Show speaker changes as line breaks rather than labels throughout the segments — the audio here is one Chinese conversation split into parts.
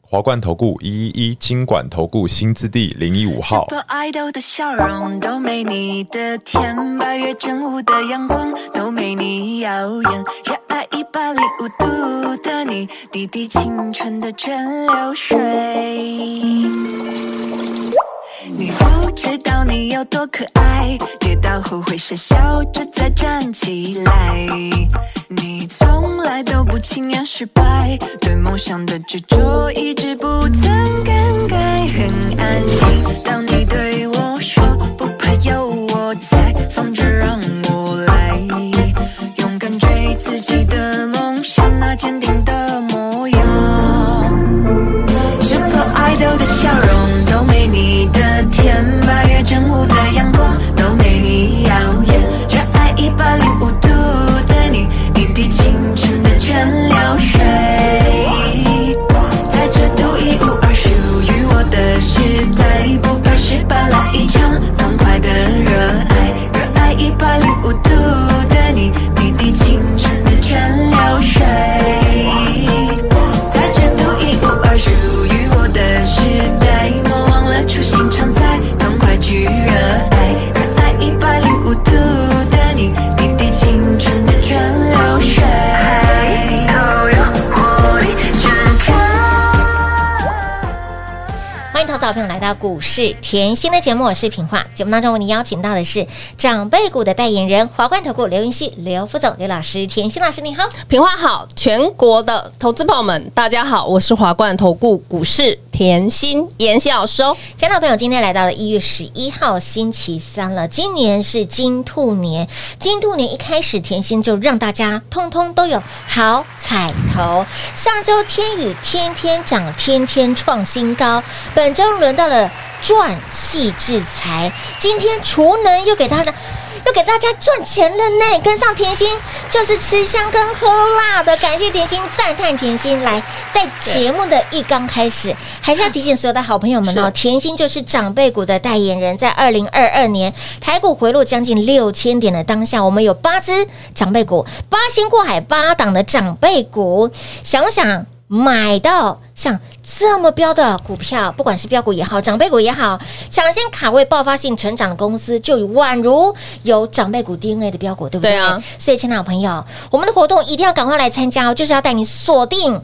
华冠投顾一一一金管投顾新字第零一五号。
Super Idol 的笑容都没你的甜，八月正午的阳光都没你耀眼，热爱一百零五度的你，滴滴青春的蒸馏水。你不知道你有多可爱，跌倒后会傻笑着再站起来。你从来都不轻言失败，对梦想的执着一直不曾更改，很安心。当你对我说不怕，有我在，放着让我来，勇敢追自己的梦想，那坚定的模样。Super Idol 的笑容都没你的甜，八月正午的阳光都没你耀眼，热爱一百零五度的你，滴滴清纯的蒸馏水，在这独一无二属于我的时代，不怕失败，来一场痛快的热爱，热爱一百零五度的你，滴滴清纯的蒸馏水。在这独一无二属于我的时代，莫忘了初心常在，痛快去热爱，热爱一百零五度的你，滴滴青春的蒸馏水。啊好有活力，展开。
欢迎投资老朋友来到股市甜心的节目，我是平化。节目当中为您邀请到的是长辈股的代言人华冠投顾刘云熙、刘副总、刘老师、甜心老师，你好。
平花好，全国的投资朋友们，大家好，我是华冠投顾股市甜心妍希老师哦。
亲爱的朋友，今天来到了一月十一号星期三了，今年是金兔年。金兔年一开始，甜心就让大家通通都有好彩头。上周天宇天天涨，天天创新高，本周轮到了赚细制裁，今天厨能又给大家。又给大家赚钱了呢，跟上甜心就是吃香跟喝辣的，感谢甜心，赞叹甜心。来，在节目的一刚开始，还是要提醒所有的好朋友们哦，甜心就是长辈股的代言人，在二零二二年台股回落将近六千点的当下，我们有八只长辈股，八仙过海八档的长辈股，想想。买到像这么标的股票，不管是标股也好，长辈股也好，抢先卡位爆发性成长的公司，就宛如有长辈股 DNA 的标股，对不对？
对啊
所以，亲爱的朋友，我们的活动一定要赶快来参加哦，就是要带你锁定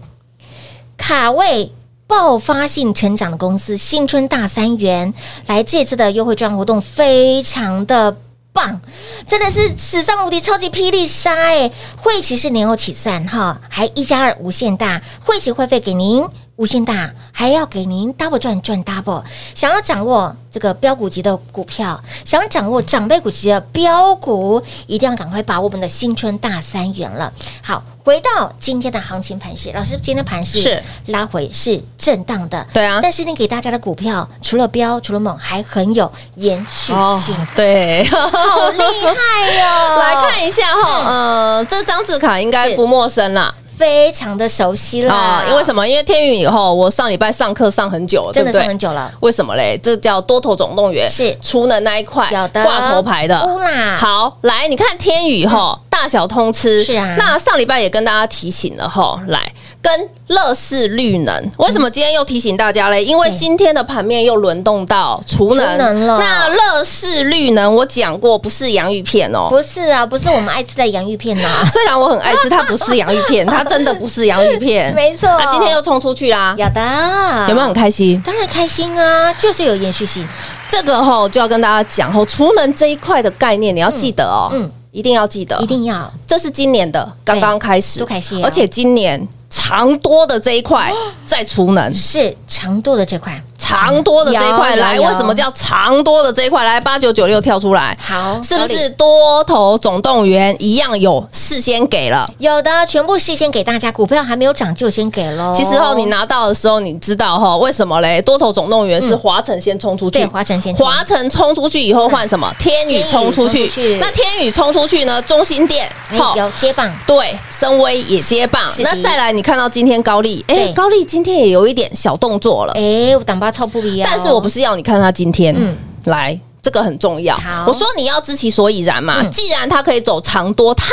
卡位。爆发性成长的公司新春大三元，来这次的优惠券活动非常的棒，真的是史上无敌超级霹雳杀哎！会期是年后起算哈，还一加二无限大，会期会费给您无限大，还要给您 double 赚赚 double。想要掌握这个标股级的股票，想要掌握长辈股级的标股，一定要赶快把握我们的新春大三元了。好，回到今天的行情盘势，老师今天盘势
是
拉回是震荡的，
对啊
但是你给大家的股票，除了标，除了猛，还很有延续性。
对，
好厉害哟、
哦来看一下
哦
哈，呃，这张字卡应该
是
不陌生啦
非常的熟悉啦。
啊，因为什么？因为天宇以后，我上礼拜上课上很久了，
真的
对不对
上很久了
为什么嘞？这叫多头总动员，
是
除能那一块
有的
挂头牌的，
乌啦嗯
好，来，你看天宇哈，大小通吃。
是啊
那上礼拜也跟大家提醒了哈，来跟乐视绿能，为什么今天又提醒大家嘞？因为
嗯对
今天的盘面又轮动到储能
储能了
那乐视绿能我讲过，不是洋芋片哦。
不是啊，不是我们爱吃的洋芋片呐、
虽然我很爱吃，它不是洋芋片，它真的不是洋芋片。
没错
那今天又冲出去啦，
有的，
哦有没有很？开心？
当然开心啊，就是有延续性，
这个吼就要跟大家讲吼，储能这一块的概念你要记得哦，
嗯嗯
一定要记得，
一定要
这是今年的刚刚开始，
都开始哦哦
而且今年长多的这一块在储能，
是长度的这块，
长多的这一块
有
来，
有有
为什么叫长多的这一块来？八九九六跳出来，
好
是不
合
是
理
多头总动员一样有事先给了？
有的全部事先给大家，股票还没有涨就先给喽。
其实哦，你拿到的时候，你知道哈，为什么嘞？多头总动员是华晨先冲出去，
嗯对华晨先冲
华晨冲出去以后换 什么？天宇冲出
天宇冲出
去
去，
那天宇冲出去呢？中心店
哎有接棒，
对，深威也接棒
是。的
那再来，你看到今天高丽，哎
对，
高丽今天也有一点小动作了，
哎，我挡把超不一样哦，
但是我不是要你看它今天，
嗯
来。这个很重要
好。
我说你要知其所以然嘛，
嗯
既然它可以走长多，它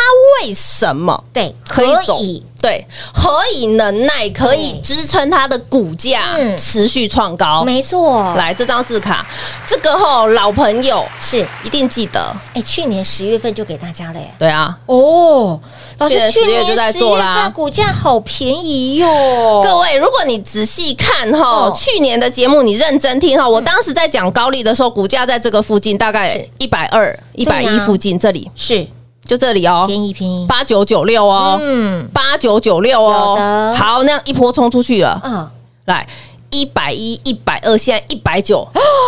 为什么
对，
可以走，
可以
对，何以能耐，可以支撑它的股价
嗯
持续创高。
没错，
来，这张字卡，这个吼老朋友
是
一定记得，
哎，去年十月份就给大家了耶。
对啊。
哦，老
去
师，
年
去
10月
年
就在
10
做
月
啦
份股价好便宜哟。
各位，如果你仔细看哈，
哦嗯
去年的节目你认真听哈，我当时在讲高利的时候，股价在这个附近，大概一百二、
啊
一百一
呀
附近，这里
是
就这里哦，
便宜便宜，
八九九六哦，
嗯
八九九六
有的
哦，好，那样一波冲出去了，
嗯，
来一百一、一百二，现在一百九，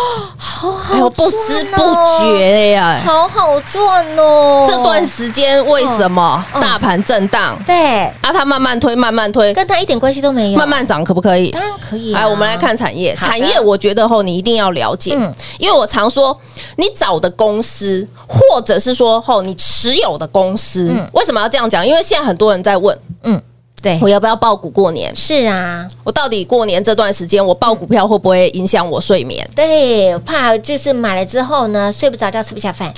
好
哎
哦好
呦，不知
赚哦
不觉的呀。哎
好好赚哦。
这段时间为什么
嗯嗯
大盘震荡
对，
啊？它慢慢推，慢慢推，
跟他一点关系都没有，
慢慢涨，可不可以？
当然可以啊。
哎，我们来看产业，
好的
产业我觉得吼，你一定要了解，
嗯
因为我常说，你找的公司，或者是说吼，你持有的公司，
嗯
为什么要这样讲？因为现在很多人在问，
嗯，对
我，要不要报股过年？
是啊，
我到底过年这段时间，我报股票会不会影响我睡
嗯
眠？
对，怕就是买了之后呢，睡不着觉，吃不下饭，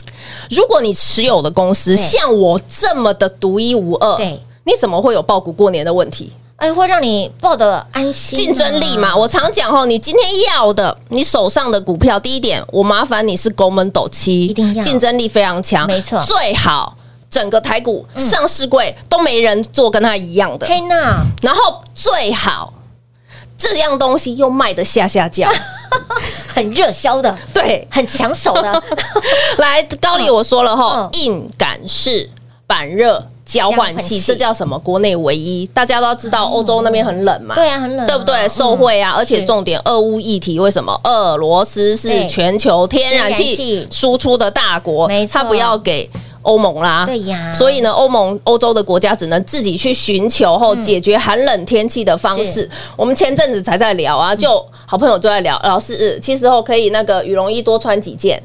如果你持有的公司
对
像我这么的独一无二，
对
你怎么会有报股过年的问题？
哎，会让你抱得安心啊，
竞争力嘛，我常讲吼，你今天要的，你手上的股票，第一点，我麻烦你是狗门斗七，
一定要
竞争力非常强，
没错
最好整个台股上市柜都没人做跟他一样的，
嘿那
然后最好这样东西又卖得下 下价，
很热销的，
对，
很抢手 的，
来高丽我说了吼
嗯，
硬感式板热。交换
交换器嗯
器，这叫什么？国内唯一，大家都知道，欧洲那边很冷嘛，
对啊，很冷啊，
对不对？受惠啊，而且
嗯是
重点，俄乌议题为什么？俄罗
对
斯是全球天
天
然
然
气
气
输出的大国
没，错
它不要给。欧盟啦，
嗯对呀
所以呢，欧盟欧洲的国家只能自己去寻求后解决寒冷天气的方式
嗯是。嗯
我们前阵子才在聊啊，就好朋友就在聊，老师呃其实后可以那个羽绒衣多穿 几件，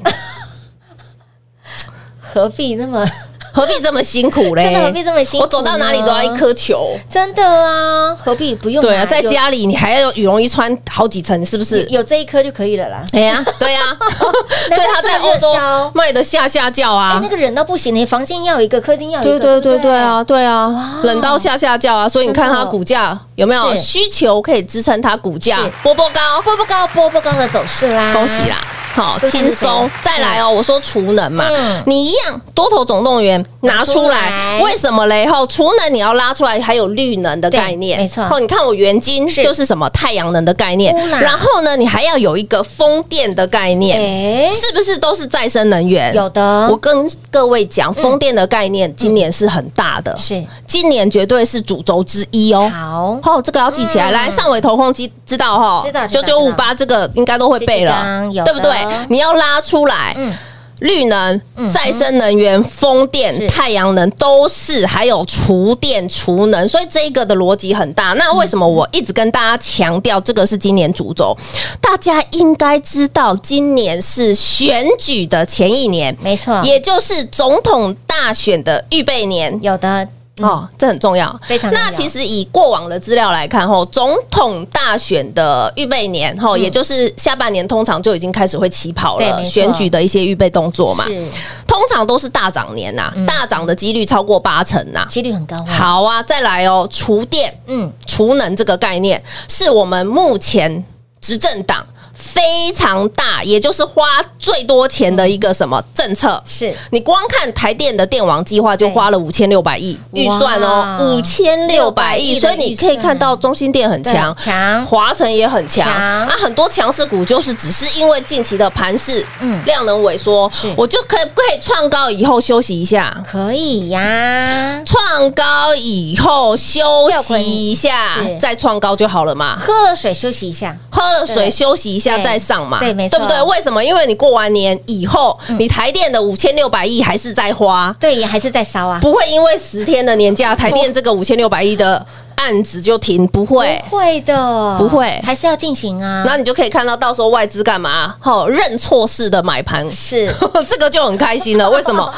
何必那么
何必这么辛苦嘞？
真的何必这么辛苦呢
我走到哪里都要一颗球。
真的啊？何必不用
对啊，在
有
家里你还要有羽绒衣穿好几层，是不是？
有这一颗就可以了啦。
哎呀，对呀， 所以他在欧洲啊卖的下下叫
哎，
啊
那。个人到不行，你房间要有一个，客厅要有一
对
个，
对
不
对对啊，！对啊，冷到下下叫啊，所以你看它
真的
股价有没有
是
需求可以支撑它股价
是
波波高，
波波高，波波高的走势啦，
恭喜！啦！好，
就像
轻
是这样
松。再来哦，我说储能嘛
嗯，
你一样多头总动员拿出
拿
来，
出来
为什么嘞？后储能你要拉出来，还有绿能的概念，
对没错
哦，你看我原金
是
就是什么太阳能的概念
乌啦，
然后呢，你还要有一个风电的概念，
哎，
是不是都是再生能源？
有的
我跟各位讲，风电的概念今年是很大的，
是
今年绝对是主轴之一哦。
嗯好，
哦，这个要记起来。
嗯
来，上尾投控机知道哈，
知道知
九
道
九五八这个应该都会背
这几
了
张，有的
对不对？你要拉出来
嗯，
绿能
嗯、
再生能源、风
是
电、太阳能都是，还有厨电、储能，所以这个的逻辑很大。那为什么我一直跟大家强调这个是今年主轴？大家应该知道，今年是选举的前一年，
没错，
也就是总统大选的预备年。
有的
哦，这很重要，
嗯非常重要
那其实以过往的资料来看，吼，总统大选的预备年，吼，也就是下半年，通常就已经开始会起跑
嗯对没
了
错
选举的一些预备动作嘛。
是嗯
通常都是大涨年呐、大涨的几率超过八成呐、
几率很高。，
好啊，再来哦，厨电，
嗯，
储能这个概念是我们目前执政党非常大，也就是花最多钱的一个什么政策？
是
你光看台电的电网计划就花了五千六百亿预算
哇
哦，五千六百
600亿
亿，
的
所以你可以看到中心店很强
对，强
华晨也很强，
强
啊，很多强势股就是只是因为近期的盘势，
嗯
嗯，量能萎缩
是，
我就可以可以创高以后休息一下。
可以呀，
创高以后休息一下
吊诡你是，
再创高就好了嘛。
喝了水休息一下，
喝了水
对
休息一下再上嘛，
对对没错嗯
对不对？为什么？因为你过完年以后，你台电的五千六百亿还是在花，
对，也还是在烧啊，
不会因为十天的年假，台电这个五千六百亿的案子就停，不会。
不会的，
不会
还是要进行啊。
那你就可以看到，到时候外资干嘛？吼，认错式的买盘，
是
这个就很开心了。为什 么？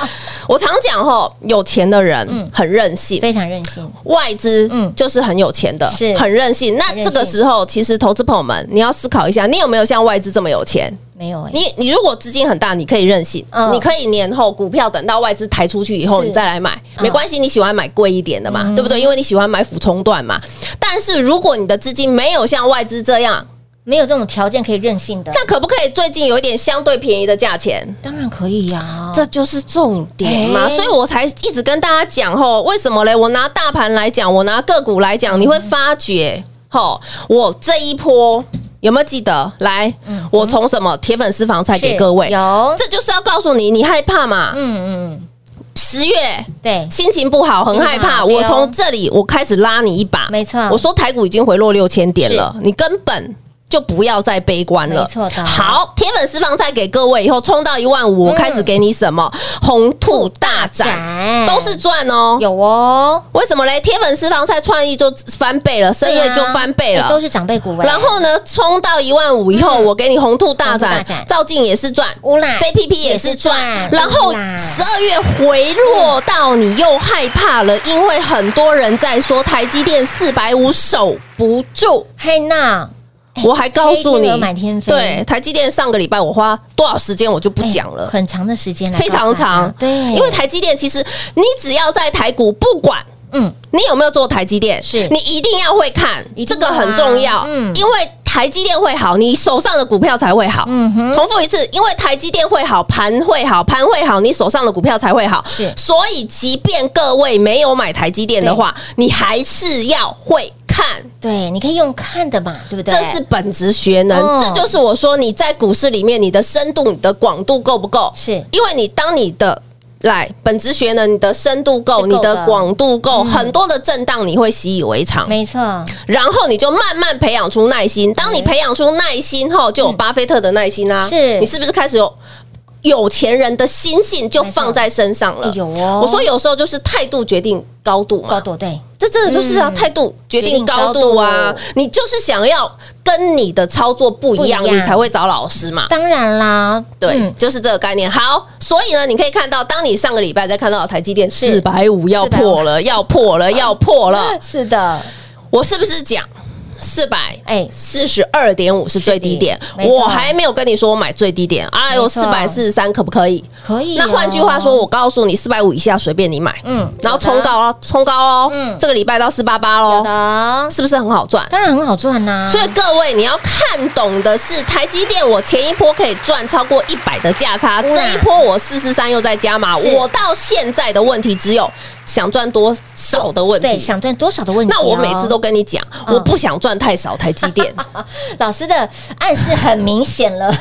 我常讲吼，有钱的人很任性，
非常任性，
外资
嗯
嗯就是很有钱的，
是
很任性。那
任性
这个时候，其实投资朋友们，你要思考一下，你有没有像外资这么有钱？
没有哎、
你你如果资金很大，你可以任性，
嗯
你可以年后股票等到外资抬出去以后，
是
你再来买，
嗯
没关系。你喜欢买贵一点的嘛，对不对？因为你喜欢买俯冲段嘛。但是如果你的资金没有像外资这样，
没有这种条件可以任性的，
那可不可以最近有一点相对便宜的价钱？
当然可以呀、
这就是重点嘛，
哎
所以我才一直跟大家讲吼，为什么嘞？我拿大盘来讲，我拿个股来讲，你会发觉吼，我这一波有没有记得？来，我从什么铁粉私房菜
是
给各位，
有，
这就是要告诉你，你害怕嘛？
哦嗯嗯，
十月
对，
心情不好，很害
心情
怕。
不好
我从这里我开始拉你一
嗯
把，
哦没错
我说台股已经回落六千点了，你根本。就不要再悲观了。
没错的
好，铁粉私房菜给各位，以后冲到一万五，我开始给你什么红兔大展，
嗯展
都是赚哦。
有哦，
为什么嘞？铁粉私房菜创意就翻倍了，深
对
夜
啊
就翻倍
哎都
了。
是长辈股哎
然后呢，冲到一万五以后，
嗯
我给你红兔大
红兔大
展
展，
赵静也是赚，
乌啦
JPP 也是
也
赚
是赚，
然后
啦
十二月回落到你又害怕了，因为很多人在说台积电四百五守不住，
嘿那
我还告诉
哎黑
你
天鹅满天飞哎
对台积电上个礼拜我花多少时间我就不讲了，
很长的时间来
非
告诉
常
大家
长，
对，
因为台积电其实你只要在台股不管。
嗯
你有没有做台积电？
是
你一定要会看，
一
这
定
个
要啊
很重要。
嗯
因为台积电会好，你手上的股票才会好。
嗯哼
重复一次，因为台积电会好，盘会好，盘会好，你手上的股票才会好。
是
所以即便各位没有买台积电的话，你还是要会看。
对，你可以用看的嘛，对不对？
这是本职学能，
嗯
这就是我说你在股市里面你的深度、你的广度够不够？
是
因为你当你的来本职学能，你的深度够，
是够的嗯
你的广度够，很多的震荡你会习以为常，
没错，
然后你就慢慢培养出耐
哎
心。当你培养出耐心后，就有巴菲特的耐心啦、
嗯是
你是不是开始有？有钱人的心性就
没错
放在身上了
哎。有哦
我说有啊时候就是态度决定高度嘛。
高度对，
这真的就是啊，
嗯
态度决定高
决定
度
高
啊
度！
你就是想要跟你的操作不一样，
不一样
你才会找老师嘛。
当然啦，
对，
嗯
就是这个概念。好，所以呢，你可以看到，当你上个礼拜在看到台积电
是
四百五要破了，要破了，要破了，
是的，
我是不是讲四百？
哎，
四十二点五是最低点
是，的没错
我还没有跟你说我买最低点。哎呦，
没
四
错
百四十三可不可以？
可以哦。
那换句话说，我告诉你，四百五以下随便你买，
嗯
然后冲高哦，冲高哦，
嗯
这个礼拜到四八八
有
喽，
的，嗯
是不是很好赚？
当然很好赚呐。
所以各位，你要看懂的是，台积电我前一波可以赚超过一百的价差，
哇
这一波我四四三又在加码，
是
我到现在的问题只有想赚多少的问
对，
题。
想赚多少的问题哦？
嗯那我每次都跟你讲，
嗯
我不想赚太少台积电，
老师的暗示很明显了，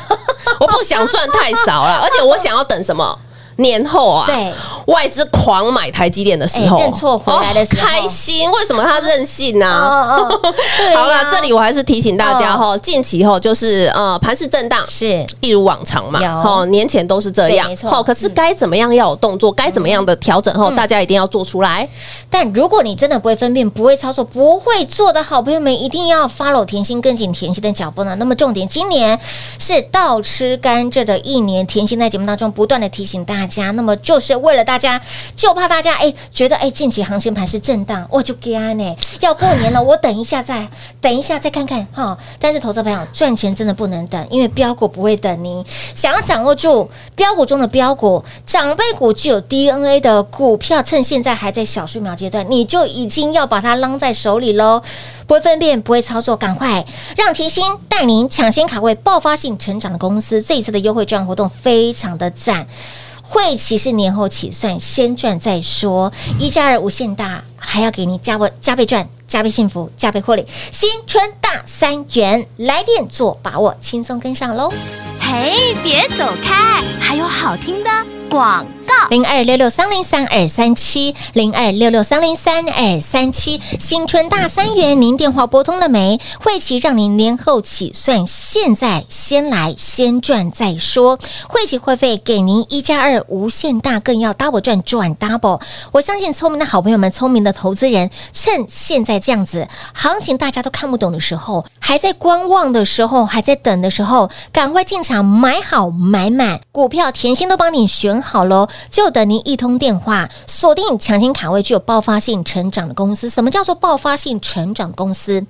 我不想赚太 少了，而且我想要等什么？年后啊，
对，
外资狂买台积电的时候，
哎认错回来的时候
哦开心。为什么他任性呢、 啊？
哦哦， 对啊呀
好啦，这里我还是提醒大家哈，近期哈就是呃盘势震荡，
是
一如往常嘛
有，
哦，年前都是这
对
样
没，错嗯
哦，可是该怎么样要有动作，该怎么样的调整，哦，大家一定要做出来。
但如果你真的不会分辨、不会操作、不会做的好朋友们，一定要 follow 甜心跟紧甜心的脚步呢。那么重点，今年是倒吃甘蔗的一年，甜心在节目当中不断的提醒大家，那么就是为了大家，就怕大家哎觉得哎近期行情盘是震荡，我就给安呢，要过年了，我等一下再等一下再看看哈、 但是投资朋友赚钱真的不能等，因为标股不会等你，想要掌握住标股中的标股，长辈股具有 DNA 的股票，趁现在还在小树苗阶段，你就已经要把它浪在手里喽。不会分辨，不会操作，赶快让甜心带您抢先卡位爆发性成长的公司。这一次的优惠券活动非常的赞。会期是年后起算，先赚再说。一加二无限大，还要给你加倍加倍赚，加倍幸福，加倍获利。新春大三元，来电做把握，轻松跟上喽。
嘿，别走开，还有好听的广告。
零二六六三零三二三七零二六六三零三二三七。新春大三元，您电话拨通了没？汇齐让您年后起算，现在先来先赚再说。汇齐会费给您一加二无限大，更要 double 赚赚 double。我相信聪明的好朋友们，聪明的投资人，趁现在这样子行情大家都看不懂的时候，还在观望的时候，还在等的时候，赶快进场买好买满股票，甜心都帮你选好喽，就等您一通电话，锁定强劲卡位具有爆发性成长的公司。什么叫做爆发性成长公司？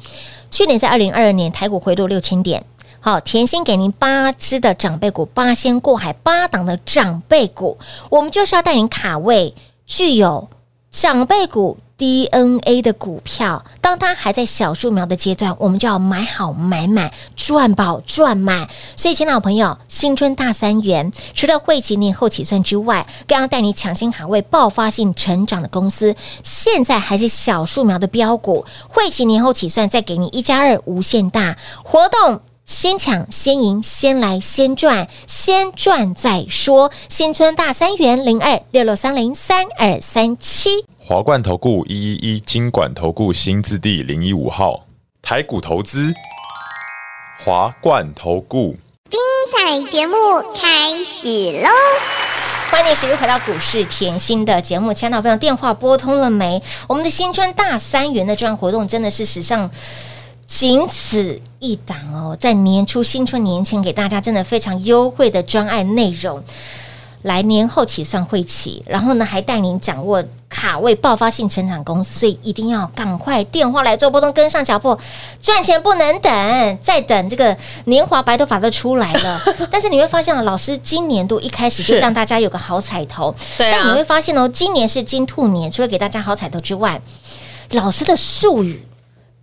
去年在二零二二年台股回落六千点。好，甜心给您八只的长辈股，八仙过海，八档的长辈股，我们就是要带您卡位具有长辈股 DNA 的股票，当它还在小树苗的阶段，我们就要买好买满，赚饱赚满。所以，亲老朋友，新春大三元，除了汇集年后起算之外，更要带你抢先卡位爆发性成长的公司。现在还是小树苗的标股，汇集年后起算，再给你一加二无限大活动。先抢先赢，先来先赚，先赚再说。新春大三元零二六六三零三二三七。
华冠投顾一一一金管投顾新字第零一五号台股投资，华冠投顾。
彩节目开始喽！
欢迎你持续回到股市甜心的节目，亲爱的朋友，电话拨通了没？我们的新春大三元的这项活动真的是史上仅此一档哦，在年初新春年前给大家真的非常优惠的专案内容。来年后起算会起，然后呢还带您掌握卡位爆发性成长公司，所以一定要赶快电话来做波动，跟上脚步，赚钱不能等，再等这个年华白头发都出来 了。但是你会发现，老师今年度一开始就是让大家有个好彩头，
对啊
但你会发现哦，今年是金兔年，除了给大家好彩头之外，老师的术语。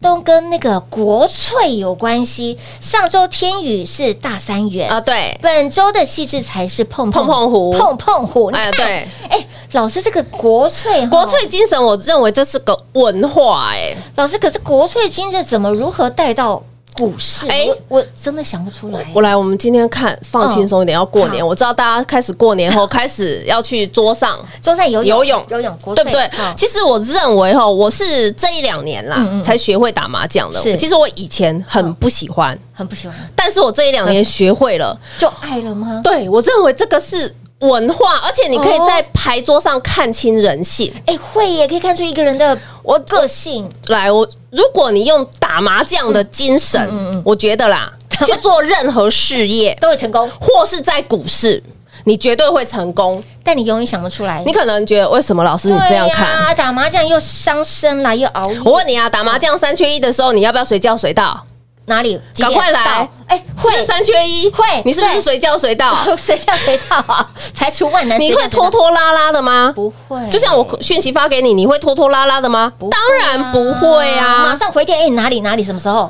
都跟那个国粹有关系。上周天宇是大三元
啊，对，
本周的戏致才是碰
碰碰胡
碰碰胡。你
哎
看，
对，
哎，老师这个国粹，
国粹，精神，我认为这是个文化、哎，
老师可是国粹精神怎么如何带到股市？
哎
我我真的想不出来。
我来，我们今天看放轻松一点，要过年。
好
我知道大家开始过年 后开始要去桌上，
周在游
游泳
游泳国
对
粹
不对
好？
其实我认为哈，我是这一两年啦
嗯嗯嗯
才学会打麻将的
是。嗯
其实我以前很不喜欢，
很不喜欢，
但是我这一两年学会了。
就爱了吗？
对我认为这个是文化，而且你可以
哦
在牌桌上看清人性。
哎，会也可以看出一个人的
我
个性。
来，我如果你用打麻将的精神，
嗯
我觉得 啦，去做任何事业
都会成功，
或是在股市，你绝对会成功。
但你永远想不出来。
你可能觉得为什么老师你这样看？
对啊，打麻将又伤身啦，又熬夜。
我问你啊，打麻将三缺一的时候，你要不要随叫随到？
哪里？几
赶
点
快来
到哎，
是
会
不是三缺一？
会
你是不
对
是随叫随到？
谁叫谁到啊？排除万难，
你
谁叫
会
谁
拖
到？
拖拉拉的吗？
不会，
就像我讯息发给你，你会拖拖拉拉的吗？
不会啊
当然不会
马
啊。
上回电，哎，哪里哪里，什么时候？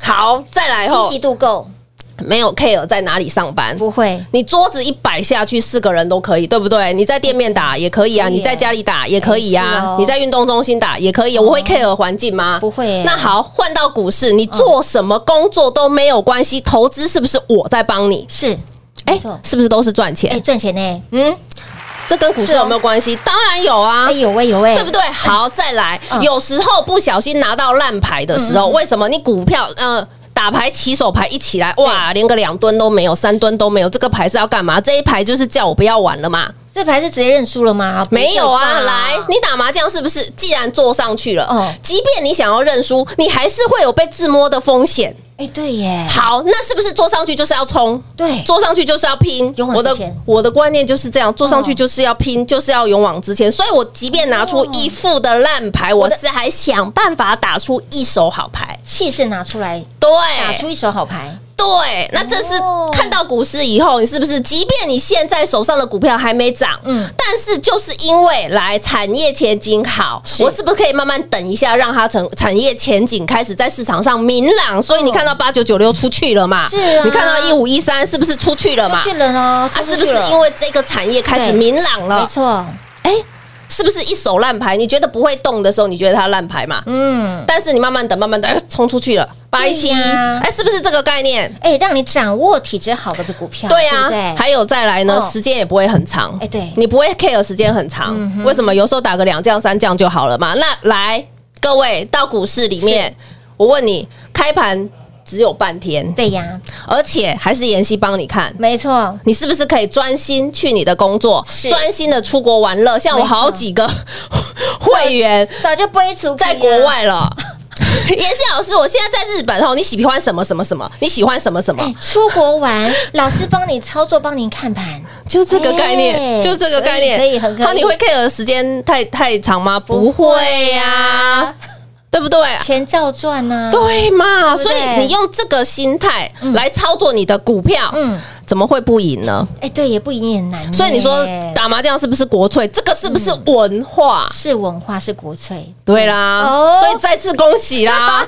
好，再来
积
哎后
极度够，
没有 care 在哪里上班。
不会，
你桌子一摆下去，四个人都可以，对不对？你在店面打也可以啊，
可以耶
你在家里打也可以呀、
哎是哦
你在运动中心打也可以。我会 care 环境吗？
不会耶
那好，换到股市，你做什么工作都没有关系，投资是不是我在帮你？
是，嗯
哎
没错，
是不是都是赚钱？
哎，赚钱呢，嗯，
这跟股市
是哦
有没有关系？当然有啊
哎。有喂有喂，
对不对？好，再来
嗯。
有时候不小心拿到烂牌的时候，为什么你股票呃打牌起手牌一起来，哇，连个两吨都没有，三吨都没有，这个牌是要干嘛？这一牌就是叫我不要玩了嘛。
这牌是直接认输了吗？不会吧
没有啊，来，你打麻将是不是？既然坐上去了，
哦
即便你想要认输，你还是会有被自摸的风险。
哎，对耶，
好，那是不是坐上去就是要冲？
对
坐上去就是要拼。
勇往
我的
直前
我的观念就是这样，坐上
哦
去就是要拼，就是要勇往直前。所以我即便拿出一副的烂牌，我是还想办法打出一手好牌。
气势拿出来，
对，
打出一手好牌，
对，那这是
哦
看到股市以后，你是不是？即便你现在手上的股票还没涨，
嗯
嗯，但是就是因为来产业前景好，我是不是可以慢慢等一下，让它成产业前景开始在市场上明朗？所以你看到八九九六出去了嘛？
哦是啊
你看到一五一三是不是出去了嘛
出？去了哦，
啊，
冲出去
是啊不是
了
因为这个产业开始
对
明朗
没
了？
错，
哎，是不是一手烂牌？你觉得不会动的时候，你觉得它烂牌嘛？
嗯，
但是你慢慢等，慢慢等，哎，冲出去了，八一七，
对呀
哎，是不是这个概念？
哎，让你掌握体质好的股票，
对
不
啊，
对？
还有再来呢，
哦
时间也不会很长。
哎对嗯
你不会 care 时间很长，为什么？有时候打个两降三降就好了嘛。那来，各位到股市里面，我问你，开盘只有半天，
对呀，
而且还是妍希帮你看。
没错，
你是不是可以专心去你的工作，
是
专心的出国玩乐？像我
没错
好几个 会 员
早就不会出
在国外 了。妍希老师，我现在在日本哦，你喜欢什么什么什么？你喜欢什么什么？
哎，出国玩，老师帮你操作，帮你看盘，
就这个概念，
哎
就这个概念，
可以可以很可以
那你会 care 的时间太太长吗？不会呀、
啊
对不对？
钱照赚啊呐。
对嘛，
嗯对不
所
对
以你用这个心态来操作你的股票，
嗯
怎么会不赢呢？
哎，对，也不一定也难呢。
所以你说
哎
打麻将是不是国粹？这个是不是文化？
是文化是国粹，
对啦，
嗯哦
所以再次恭喜 啦！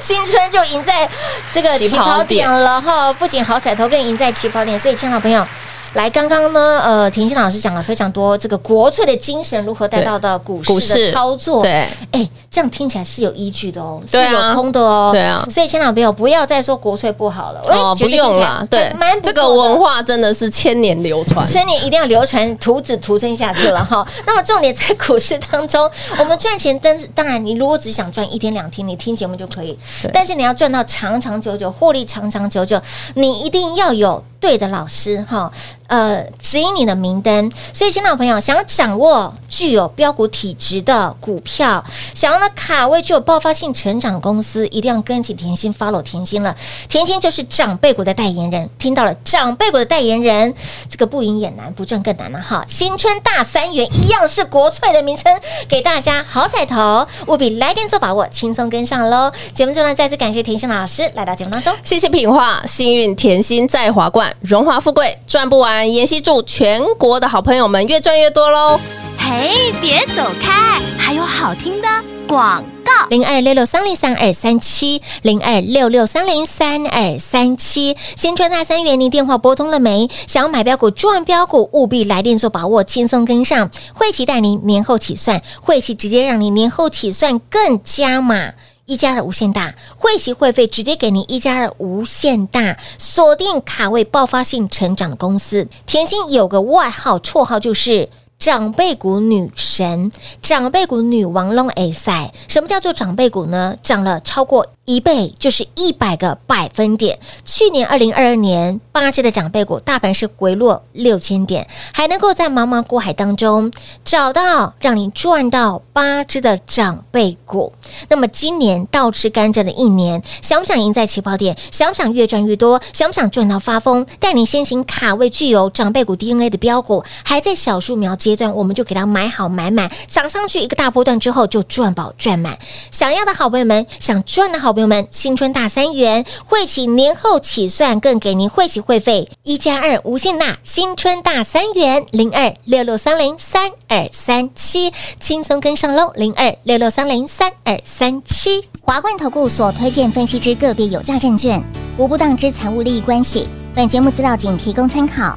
新春就赢在这个起跑点了哈，不仅好彩头，更赢在起跑点。所以，亲爱的朋友。来，刚刚呢，呃，婷欣老师讲了非常多这个国粹的精神如何带到的股
股
市
市
的操作，
对，
哎，这样听起来是有依据的哦，是
对啊
有通的哦，
对啊
所以，亲爱的朋友，不要再说国粹不好了，
哦，
觉得
不
听
用
起来
啦
还，
对
蛮，
这个
文化。
文化真的是千年流传。
所以你一定要流传徒子徒孙下去了哈。那么重点在股市当 中，我们赚钱，但是当然你如果只想赚一天两天，你听节目就可以
对。
但是你要赚到长长久久，获利长长久久，你一定要有对的老师哈，呃，指引你的明灯。所以，亲老朋友，想要掌握具有标股体质的股票，想要呢卡位具有爆发性成长公司，一定要跟紧甜心，follow 甜心了。甜心就是长辈股的代言人，听到了长辈股的代言人，这个不赢也难，不赚更难了、哈。新春大三元一样是国粹的名称，给大家好彩头，务必来电做把握，轻松跟上喽。节目最后呢，再次感谢甜心老师来到节目当中。
谢谢品画，幸运甜心在华冠，荣华富贵赚不完。妍希祝全国的好朋友们越赚越多喽！
嘿，别走开，还有好听的广告。
零二六六三零三二三七，零二六六三零三二三七。新春大三元，您电话拨通了没？想要买标股、赚标股，务必来电做把握，轻松跟上。汇期带您年后起算，汇期直接让您年后起算更加码。一加二无限大，会期会费直接给您一加二无限大，锁定卡位爆发性成长的公司。甜心有个外号绰号就是。长辈股女神，长辈股女王龙 A 赛，什么叫做长辈股呢？涨了超过一倍，就是一百个百分点。去年二零二二年，八只的长辈股大盘是回落六千点，还能够在茫茫股海当中找到让你赚到八只的长辈股。那么今年倒吃甘蔗的一年，想不想赢在起跑点？想不想越赚越多？想不想赚到发疯？带你先行卡位具有长辈股 DNA 的标股，还在小树苗阶段，我们就给它买好买满，涨上去一个大波段之后就赚饱赚满。想要的好朋友们，想赚的好朋友们，新春大三元，会起年后起算，更给您会起会费一加二无限大，新春大三元零二六六三零三二三七，轻松跟上喽，零二六六三零三二三七。
华冠投顾所推荐分析之个别有价证券，无不当之财务利益关系。本节目资料仅提供参考，